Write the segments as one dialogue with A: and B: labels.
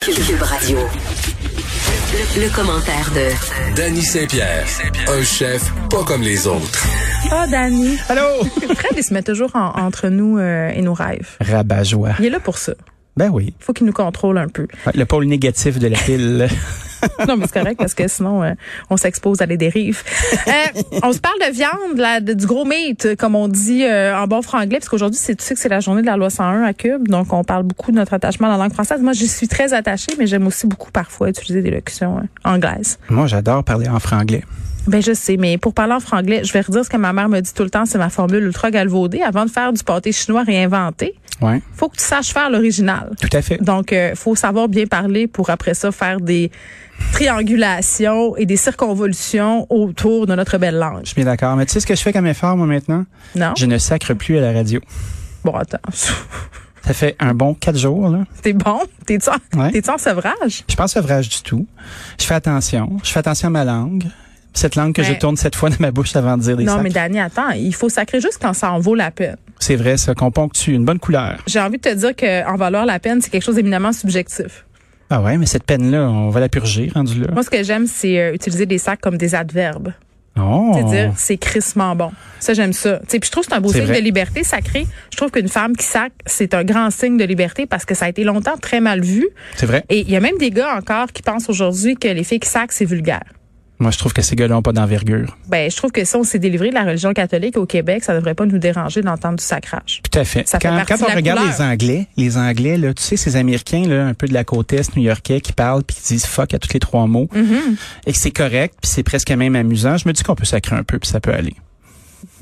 A: Cube Radio. Le, le commentaire de
B: Danny Saint-Pierre, un chef pas comme les autres.
C: Ah, Danny.
D: Allô?
C: Fred, il se met toujours en- entre nous euh, et nos rêves.
D: Rabat-joie.
C: Il est là pour ça.
D: Ben oui.
C: Faut qu'il nous contrôle un peu.
D: Ouais, Le pôle négatif de la pile.
C: Non, mais c'est correct parce que sinon, euh, on s'expose à des dérives. Euh, on se parle de viande, là, de- du gros meat, comme on dit euh, en bon franglais, parce qu'aujourd'hui, c'est tu sais que c'est la journée de la loi 101 à Cube, donc on parle beaucoup de notre attachement à la langue française. Moi, j'y suis très attachée, mais j'aime aussi beaucoup parfois utiliser des locutions euh, anglaises.
D: Moi, j'adore parler en franglais.
C: Ben je sais, mais pour parler en franglais, je vais redire ce que ma mère me dit tout le temps, c'est ma formule ultra galvaudée. Avant de faire du pâté chinois réinventé,
D: Oui,
C: faut que tu saches faire l'original.
D: tout à fait.
C: Donc, euh, faut savoir bien parler pour après ça faire des triangulations et des circonvolutions autour de notre belle
D: Je
C: langue.
D: suis bien d'accord. Mais tu sais ce que je fais comme effort, moi, maintenant?
C: Non?
D: Je ne sacre plus à la radio.
C: Bon, attends.
D: Ça fait un bon quatre jours, là.
C: T'es bon? T'es-tu en,
D: Ouais.
C: t'es-tu en sevrage?
D: Je pense sevrage du tout. Je fais attention. Je fais attention à ma langue. Cette langue que
C: Ouais.
D: je tourne cette fois dans ma bouche avant de dire des
C: Non,
D: sacres.
C: mais Dani, attends. Il faut sacrer juste quand ça en vaut la peine.
D: C'est vrai, ça, qu'on ponctue une bonne couleur.
C: J'ai envie de te dire que en valoir la peine, c'est quelque chose d'éminemment subjectif.
D: Ah ouais, mais cette peine-là, on va la purger, rendu là.
C: Moi, ce que j'aime, c'est euh, utiliser des sacs comme des adverbes.
D: Oh!
C: C'est-à-dire, c'est crissement bon. Ça, j'aime ça. Tu sais, Puis je trouve que c'est un beau
D: C'est
C: signe
D: vrai.
C: de liberté sacrée. Je trouve qu'une femme qui sac, c'est un grand signe de liberté parce que ça a été longtemps très mal vu.
D: C'est vrai.
C: Et il y a même des gars encore qui pensent aujourd'hui que les filles qui sacent, c'est vulgaire.
D: Moi, je trouve que ces gars-là n'ont pas d'envergure.
C: Ben, je trouve que si on s'est délivré de la religion catholique au Québec, ça devrait pas nous déranger d'entendre du sacrage.
D: Tout à fait.
C: Ça fait
D: quand
C: partie
D: quand
C: de la
D: on regarde
C: couleur.
D: les Anglais, les Anglais, là, tu sais, ces Américains, là, un peu de la côte est new-yorkais, qui parlent puis qui disent fuck à tous les trois mots,
C: Mm-hmm.
D: et que c'est correct, puis c'est presque même amusant, je me dis qu'on peut sacrer un peu, puis ça peut aller.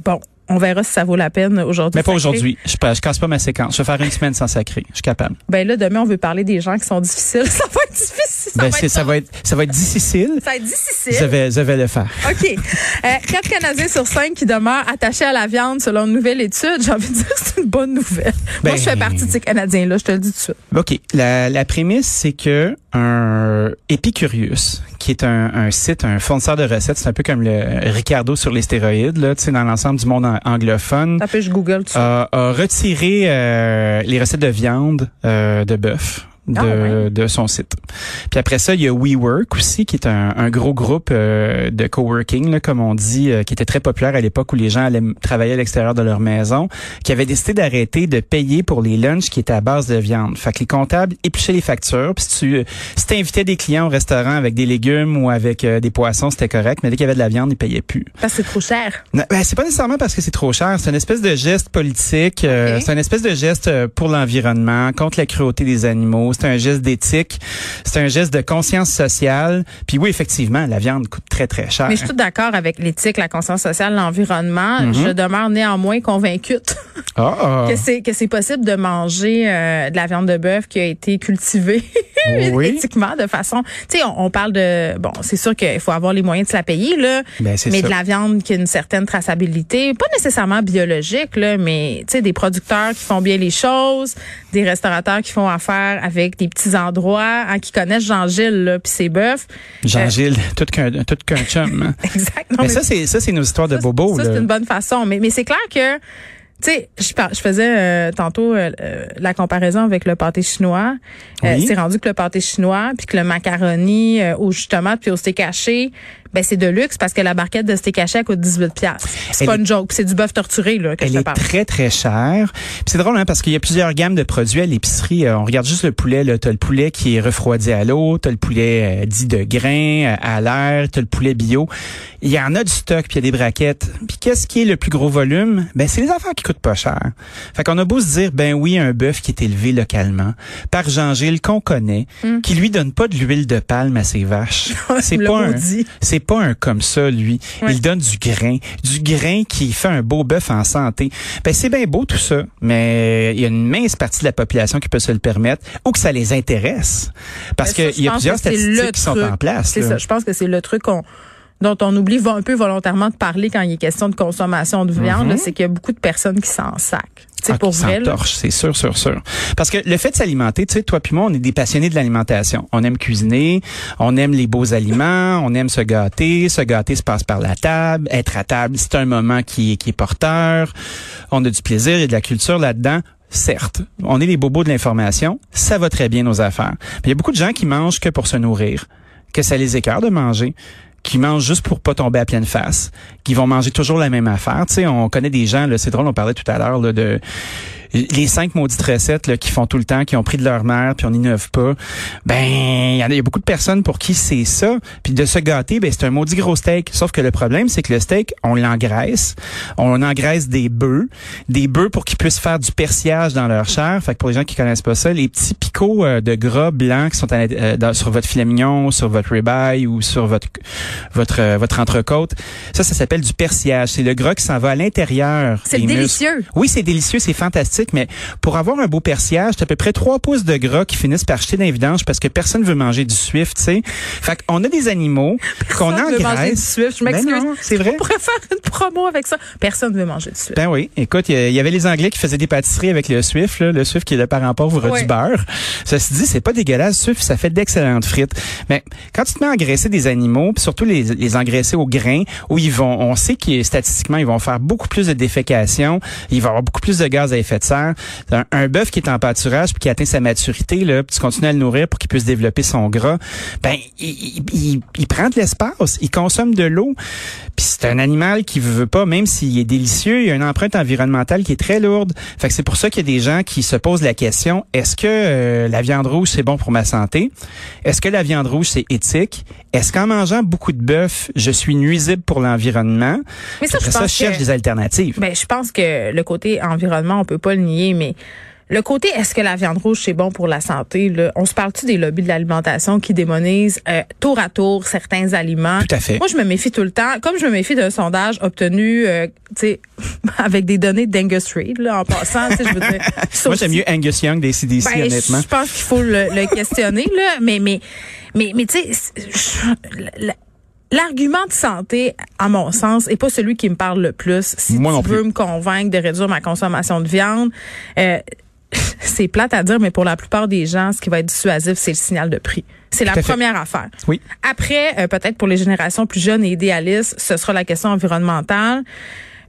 C: Bon, on verra si ça vaut la peine aujourd'hui.
D: Mais pas
C: Sacré.
D: aujourd'hui. Je, pa- je casse pas ma séquence. Je vais faire une semaine sans sacrer. Je suis capable.
C: Ben là, demain, on veut parler des gens qui sont difficiles. Ça va être difficile. Ça,
D: Ben,
C: va,
D: c'est-
C: être...
D: ça va être, ça va être difficile.
C: ça va être difficile.
D: Je vais, je vais le faire.
C: OK. Euh, Quatre Canadiens sur cinq qui demeurent attachés à la viande selon une nouvelle étude. J'ai envie de dire que c'est une bonne nouvelle. Moi,
D: Ben-
C: je fais partie de ces Canadiens-là, je te le dis tout de suite.
D: OK. La, la prémisse, c'est que un Epicurious, qui est un, un site, un fournisseur de recettes, c'est un peu comme le Ricardo sur les stéroïdes, là, tu sais, dans l'ensemble du monde an- anglophone.
C: Ça fait, je Google tout ça.
D: a, a retiré euh, les recettes de viande euh, de bœuf. De,
C: Ah, ouais.
D: de son site. Puis après ça, il y a WeWork aussi, qui est un, un gros groupe euh, de coworking, là, comme on dit, euh, qui était très populaire à l'époque où les gens allaient m- travailler à l'extérieur de leur maison, qui avait décidé d'arrêter de payer pour les lunchs qui étaient à base de viande. Fait que les comptables épluchaient les factures. Puis si tu euh, si t'invitais des clients au restaurant avec des légumes ou avec euh, des poissons, c'était correct, mais dès qu'il y avait de la viande, ils payaient plus.
C: Parce que c'est trop cher.
D: Non, Ben, c'est pas nécessairement parce que c'est trop cher. C'est une espèce de geste politique. euh,
C: Ok.
D: c'est une espèce de geste euh, pour l'environnement, contre la cruauté des animaux. C'est un geste d'éthique. C'est un geste de conscience sociale. Puis oui, effectivement, la viande coûte très, très cher.
C: Mais je suis tout d'accord avec l'éthique, la conscience sociale, l'environnement. Je demeure néanmoins convaincue
D: Ah, Mm-hmm. ah.
C: que c'est que c'est possible de manger euh, de la viande de bœuf qui a été cultivée
D: Oh Oui.
C: éthiquement de façon. Tu sais, on, on parle de bon, c'est sûr qu'il faut avoir les moyens de se la payer là,
D: Ben, c'est
C: mais
D: ça.
C: de la viande qui a une certaine traçabilité, pas nécessairement biologique là, mais tu sais des producteurs qui font bien les choses, des restaurateurs qui font affaire avec des petits endroits hein, qui connaissent Jean-Gilles là puis ses bœufs.
D: Jean-Gilles, tout qu'un, tout qu'un chum. hein.
C: Exact. Non,
D: mais
C: mais-
D: ça, c'est, ça, c'est nos histoires de
C: ça,
D: bobos,
C: Ça,
D: là.
C: c'est une bonne façon. Mais, mais c'est clair que, tu sais, je, par- je faisais euh, tantôt euh, euh, la comparaison avec le pâté chinois. Euh,
D: Oui.
C: c'est rendu que le pâté chinois, puis que le macaroni euh, au jus de tomate, puis au steak haché, ben c'est de luxe parce que la barquette de steak haché elle coûte 18 piastres. C'est
D: Elle
C: pas
D: est-
C: une joke. puis C'est du bœuf torturé là, que je
D: Elle
C: te
D: est
C: parle.
D: très, très chère. Puis c'est drôle, hein, parce qu'il y a plusieurs gammes de produits à l'épicerie. Euh, on regarde juste le poulet, là. T'as le poulet qui est refroidi à l'eau, t'as le poulet euh, dit de grain, euh, à l'air, t'as le poulet bio. Il y en a du stock, puis il y a des braquettes. Puis qu'est-ce qui est le plus gros volume? Ben, c'est les affaires qui coûtent pas cher. Fait qu'on a beau se dire, ben oui, un bœuf qui est élevé localement, par Jean-Gilles qu'on connaît,
C: Hmm.
D: qui lui donne pas de l'huile de palme à ses vaches. c'est
C: Le
D: pas un,
C: maudit.
D: c'est pas un comme ça, lui. Il donne du grain. Du grain qui fait un beau bœuf en santé. Ben, c'est bien beau tout ça, mais il y a une mince partie de la population qui peut se le permettre ou que ça les intéresse. Parce
C: Ben, ça,
D: qu'il y
C: je
D: a
C: pense
D: plusieurs
C: que c'est le
D: statistiques qui sont
C: truc.
D: en place.
C: C'est
D: là.
C: ça. Je pense que c'est le truc qu'on- dont on oublie vo- un peu volontairement de parler quand il est question de consommation de viande, là, c'est qu'il y a beaucoup de personnes qui s'en sacent. C'est
D: Mm-hmm. Ah,
C: pour
D: qui s'en
C: vrai. là.
D: torche, c'est sûr, sûr, sûr. Parce que le fait de s'alimenter, tu sais, toi puis moi, on est des passionnés de l'alimentation. On aime cuisiner, on aime les beaux aliments, on aime se gâter, se gâter se passe par la table, être à table, c'est un moment qui, est- qui est porteur. On a du plaisir et de la culture là-dedans. certes, on est les bobos de l'information, ça va très bien nos affaires. Mais il y a beaucoup de gens qui mangent que pour se nourrir, que ça les écœure de manger qui mangent juste pour pas tomber à pleine face, qui vont manger toujours la même affaire. Tu sais, on connaît des gens, là, c'est drôle, on parlait tout à l'heure là, de les cinq maudites recettes là, qui font tout le temps, qui ont pris de leur mère, puis on n'innove pas. Ben, il y en a, il y a beaucoup de personnes pour qui c'est ça. Puis de se gâter, ben c'est un maudit gros steak. Sauf que le problème, c'est que le steak, on l'engraisse. On engraisse des bœufs, des bœufs pour qu'ils puissent faire du persillage dans leur chair. Fait que pour les gens qui connaissent pas ça, les petits picots euh, de gras blanc qui sont à la- euh, dans- sur votre filet mignon, sur votre ribeye ou sur votre votre euh, votre entrecôte, ça, ça s'appelle du persillage. C'est le gras qui s'en va à l'intérieur.
C: C'est
D: des muscles.
C: délicieux.
D: Oui, c'est délicieux, c'est fantastique, mais pour avoir un beau persillage, c'est à peu près trois pouces de gras qui finissent par jeter dans les vidanges parce que personne veut manger du suif, tu sais. Fait qu'on a des animaux qu'on
C: Personne veut manger du
D: engraisse.
C: suif. Je
D: Ben
C: m'excuse.
D: non, c'est vrai.
C: On pourrait faire une promo avec ça. Personne ne veut manger de suif.
D: Ben oui, écoute, il y a- il y, avait les Anglais qui faisaient des pâtisseries avec le Swift, là, le Swift qui est le parent pauvre
C: Ouais.
D: du beurre. Ceci dit, c'est pas dégueulasse, Swift, ça fait d'excellentes frites. Mais quand tu te mets à engraisser des animaux, puis surtout les, les engraisser au grain, où ils vont, on sait que statistiquement, ils vont faire beaucoup plus de défécation, ils vont avoir beaucoup plus de gaz à effet de serre. Un, un bœuf qui est en pâturage puis qui atteint sa maturité, là, puis tu continues à le nourrir pour qu'il puisse développer son gras, ben il, il- il- il prend de l'espace, il consomme de l'eau. Puis c'est un animal qui veut pas, même s'il est délicieux, il y a une empreinte environnementale qui est très lourde. Fait que c'est pour ça qu'il y a des gens qui se posent la question est-ce que euh, la viande rouge c'est bon pour ma santé Est-ce que la viande rouge c'est éthique Est-ce qu'en mangeant beaucoup de bœuf, je suis nuisible pour l'environnement
C: Mais ça,
D: Puis
C: je
D: après ça,
C: pense
D: je cherche
C: que-
D: des alternatives.
C: Ben, je pense que le côté environnement, on peut pas le nier, mais le côté est-ce que la viande rouge c'est bon pour la santé là, on se parle-tu des lobbies de l'alimentation qui démonisent euh, tour à tour certains aliments
D: Tout à fait.
C: Moi je me méfie tout le temps, comme je me méfie d'un sondage obtenu euh, tu sais avec des données d'Angus Reid là en passant, tu sais je veux dire.
D: Moi, j'aime mieux Angus Young des CDC,
C: Ben,
D: honnêtement.
C: Je pense qu'il faut le, le questionner, là. Mais, mais, mais, mais tu sais, je- la- la- l'argument de santé, à mon sens, est pas celui qui me parle le plus. Si
D: Moi
C: tu
D: non
C: veux
D: plus.
C: me convaincre de réduire ma consommation de viande, euh, c'est plate à dire, mais pour la plupart des gens, ce qui va être dissuasif, c'est le signal de prix. C'est la
D: à fait.
C: première affaire.
D: Oui.
C: Après, euh, peut-être pour les générations plus jeunes et idéalistes, ce sera la question environnementale.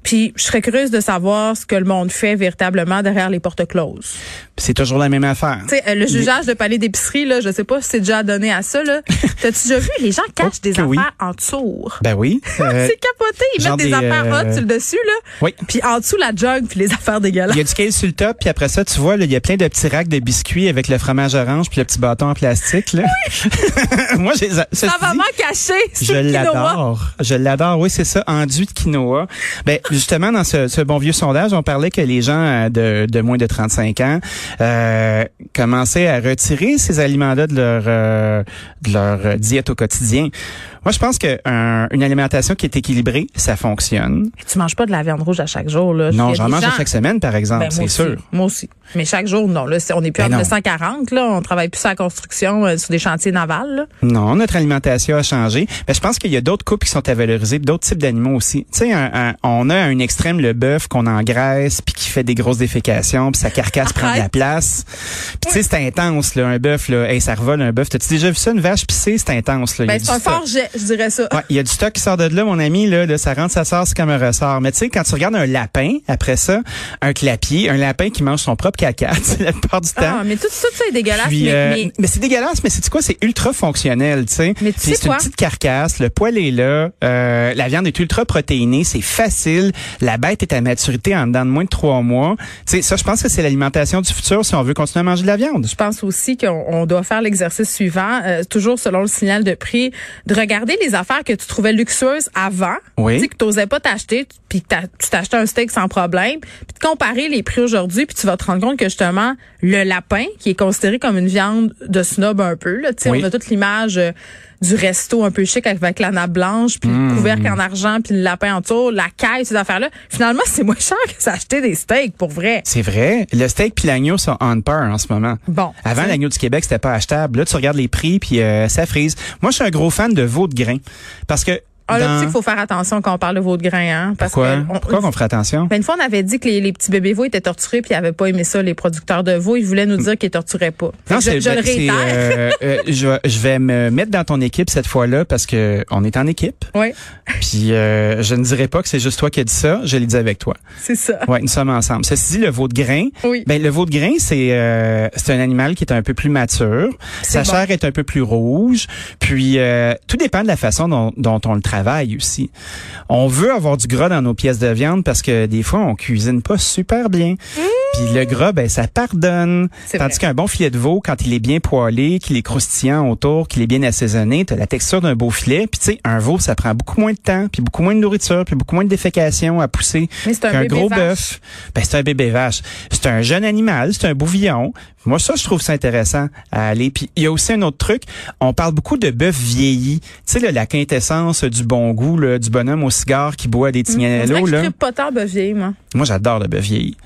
C: Puis, je serais curieuse de savoir ce que le monde fait véritablement derrière les portes closes.
D: C'est toujours la même affaire.
C: Tu sais, euh, le jugeage de palais d'épicerie, là, je sais pas si c'est déjà donné à ça, là. T'as-tu déjà vu, les gens cachent
D: Oh,
C: des
D: que
C: affaires
D: oui.
C: en tour.
D: Ben oui. euh,
C: c'est capoté, ils
D: genre
C: mettent des,
D: des,
C: affaires
D: euh,
C: hot sur le dessus, là.
D: Oui.
C: Puis en dessous, la jug, puis les affaires dégueulasses.
D: Il y a du kale sur le top, puis après ça, tu vois, là, il y a plein de petits racks de biscuits avec le fromage orange puis le petit bâton en plastique. Là. Moi, j'ai ça.
C: Ça va vraiment caché,
D: Je
C: le quinoa.
D: l'adore. Je l'adore. Oui, c'est ça, enduit de quinoa. Ben, justement, dans ce, ce bon vieux sondage, on parlait que les gens euh, de, de moins de 35 ans euh, commençaient à retirer ces aliments-là de leur euh, de leur euh, diète au quotidien. Moi, je pense que un- une alimentation qui est équilibrée, ça fonctionne.
C: Tu manges pas de la viande rouge à chaque jour, là. Il y
D: Non,
C: a
D: j'en
C: des
D: mange
C: gens-
D: à chaque semaine, par exemple,
C: Ben, moi
D: c'est
C: aussi.
D: sûr.
C: Moi aussi. Mais chaque jour, non. Là, c'est- on est plus
D: Ben
C: en
D: non.
C: 1940, là. On travaille plus à la construction, euh, sur des chantiers navals, là.
D: Non, notre alimentation a changé. Mais je pense qu'il y a d'autres coupes qui sont à valoriser, puis d'autres types d'animaux aussi. Tu sais, un- un- on a à un extrême le bœuf qu'on engraisse, puis qui fait des grosses défécations, puis sa carcasse prend de la
C: Arrête.
D: place. Puis tu sais, c'est intense, là, un bœuf, là. Hey, ça revole, un bœuf. T'as-tu déjà vu ça, une vache pissée? C'est intense, là. Il y a
C: Ben,
D: du
C: c'est un
D: stock.
C: fort jet, je dirais ça.
D: Ouais, il y a du stock qui sort de là, mon ami, là, là, ça rentre, ça sort, c'est comme un ressort. Mais tu sais, quand tu regardes un lapin, après ça, un clapier, un lapin qui mange son propre caca, tu sais, la plupart du temps.
C: Ah, mais tout ça, ça est dégueulasse.
D: hein? Puis,
C: mais-
D: euh,
C: mais-
D: mais c'est dégueulasse, mais c'est quoi? C'est ultra fonctionnel, tu sais.
C: Mais tu
D: Puis
C: sais
D: c'est une
C: quoi?
D: petite carcasse, le poil est là, euh, la viande est ultra protéinée, c'est facile, la bête est à maturité en dedans de moins de trois mois. Tu sais, ça, je pense que c'est l'alimentation du futur si on veut continuer à manger de la viande.
C: je pense aussi qu'on on doit faire l'exercice suivant, euh, toujours selon le signal de prix, de regarder les affaires que tu trouvais luxueuses avant,
D: Oui.
C: tu sais, que tu n'osais pas t'acheter, tu- puis que t'as- tu t'achetais un steak sans problème, puis de comparer les prix aujourd'hui, puis tu vas te rendre compte que justement, le lapin, qui est considéré comme une viande de snob un peu, là, tu sais,
D: Oui.
C: on a toute l'image euh, du resto un peu chic avec la nappe blanche, puis
D: Mmh.
C: le couvercle en argent, puis le lapin en tour, la caille, ces affaires-là. Finalement, c'est moins cher que s'acheter des steaks, pour vrai.
D: C'est vrai. Le steak puis l'agneau sont on par en ce moment.
C: Bon.
D: Avant, l'agneau du Québec, c'était pas achetable. Là, tu regardes les prix puis euh, ça frise. Moi, je suis un gros fan de veau de grain parce que
C: Ah, là,
D: dans-
C: tu sais qu'il faut faire attention quand on parle de veau de grain, hein? Parce
D: Pourquoi?
C: que on-
D: Pourquoi qu'on ferait attention?
C: Ben, une fois, on avait dit que les, les petits bébés veaux étaient torturés, puis ils n'avaient pas aimé ça, les producteurs de veaux. Ils voulaient nous dire qu'ils les torturaient pas. Fait que je, je le
D: c'est-
C: réitère.
D: euh, euh, je, vais- je vais me mettre dans ton équipe cette fois-là parce que on est en équipe.
C: Oui,
D: Puis euh, je ne dirais pas que c'est juste toi qui as dit ça, je l'ai dit avec toi.
C: c'est ça.
D: Ouais, nous sommes ensemble. Ceci dit, le veau de grain,
C: Oui.
D: ben, le veau de grain, c'est euh, c'est un animal qui est un peu plus mature. Sa
C: c'est bon.
D: chair est un peu plus rouge. Puis, euh, tout dépend de la façon dont, dont on le travaille aussi. On veut avoir du gras dans nos pièces de viande parce que des fois, on cuisine pas super bien. Puis le gras, ben, ça pardonne.
C: Mmh. C'est
D: Tandis
C: vrai.
D: qu'un bon filet de veau, quand il est bien poêlé, qu'il est croustillant autour, qu'il est bien assaisonné, t'as la texture d'un beau filet. Puis tu sais, un veau, ça prend beaucoup moins de temps, puis beaucoup moins de nourriture, puis beaucoup moins de défécation à pousser
C: Mais c'est un
D: qu'un
C: bébé
D: gros
C: vache.
D: bœuf. Ben, c'est un bébé vache. C'est un jeune animal, c'est un bouvillon. Moi, ça, je trouve ça intéressant à aller. Puis il y a aussi un autre truc. On parle beaucoup de bœuf vieilli. Tu sais, là, la quintessence du bon goût, là, du bonhomme au cigare qui boit des
C: Mm, On dirait
D: tignanello,
C: que je
D: là.
C: tripe pas tant Bevier, moi.
D: Moi, j'adore le bœuf vieilli.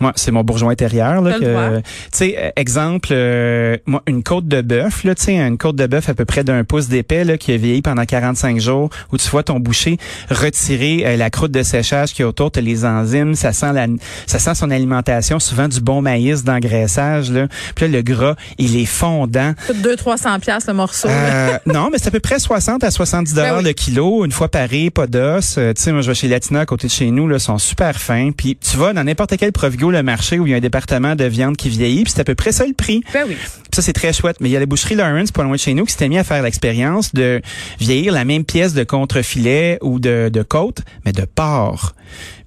D: Moi, c'est mon bourgeon intérieur là
C: T'as
D: que
C: le droit.
D: tu sais euh, exemple euh, moi une côte de bœuf là tu sais une côte de bœuf à peu près d'un pouce d'épais là qui a vieilli pendant 45 jours où tu vois ton boucher retirer euh, la croûte de séchage qui est autour, t'as les enzymes, ça sent la ça sent son alimentation, souvent du bon maïs d'engraissage là. Puis là le gras, il est fondant.
C: Ça coûte 200-300$ piastres, le morceau. là.
D: Euh, non, mais c'est à peu près 60 à 70
C: Ben
D: dollars
C: oui.
D: le kilo, une fois paré, pas d'os. Euh, tu sais, moi, je vais chez Latina à côté de chez nous, là, ils sont super fins. Puis tu vas dans n'importe quel Provigo, le marché où il y a un département de viande qui vieillit, puis c'est à peu près ça le prix.
C: Ben oui.
D: Puis ça, c'est très chouette. Mais il y a la boucherie Lawrence, pas loin de chez nous, qui s'était mis à faire l'expérience de vieillir la même pièce de contrefilet ou de, de côte, mais de porc.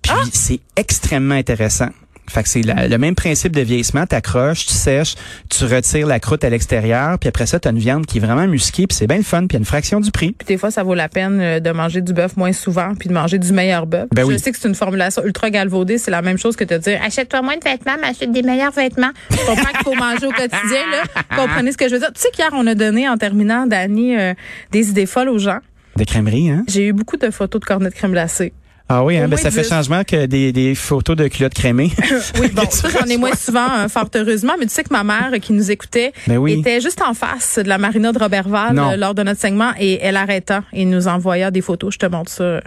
D: Puis
C: Ah!
D: c'est extrêmement intéressant. Fait que c'est la- le même principe de vieillissement. T'accroches, tu sèches, tu retires la croûte à l'extérieur, puis après ça, t'as une viande qui est vraiment musquée, puis c'est bien le fun, puis à une fraction du prix.
C: Puis des fois, ça vaut la peine euh, de manger du bœuf moins souvent, puis de manger du meilleur bœuf.
D: Ben
C: je
D: oui.
C: sais que c'est une formulation ultra galvaudée. C'est la même chose que de dire achète-toi moins de vêtements, mais achète des meilleurs vêtements. Je comprends qu'il faut manger au quotidien, là. Comprenez ce que je veux dire. Tu sais qu'hier, on a donné, en terminant, Dani, euh, des idées folles aux gens.
D: Des crèmeries, hein?
C: J'ai eu beaucoup de photos de cornets de crème glacée.
D: Ah oui,
C: Au
D: hein? Ben,
C: moins
D: ça fait
C: 10.
D: changement que des, des photos de culottes crémées.
C: Oui, bon, ça, j'en ai moins souvent, hein, fort heureusement, mais tu sais que ma mère euh, qui nous écoutait
D: Ben oui.
C: était juste en face de la marina de Robertval
D: Non.
C: euh, lors de notre segment et elle arrêta et nous envoya des photos. Je te montre ça. euh,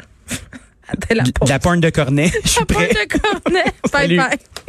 C: dès la
D: De
C: pause.
D: la pointe de cornet. Je suis
C: Pas
D: prêt.
C: de cornet. Bye
D: Salut.
C: bye.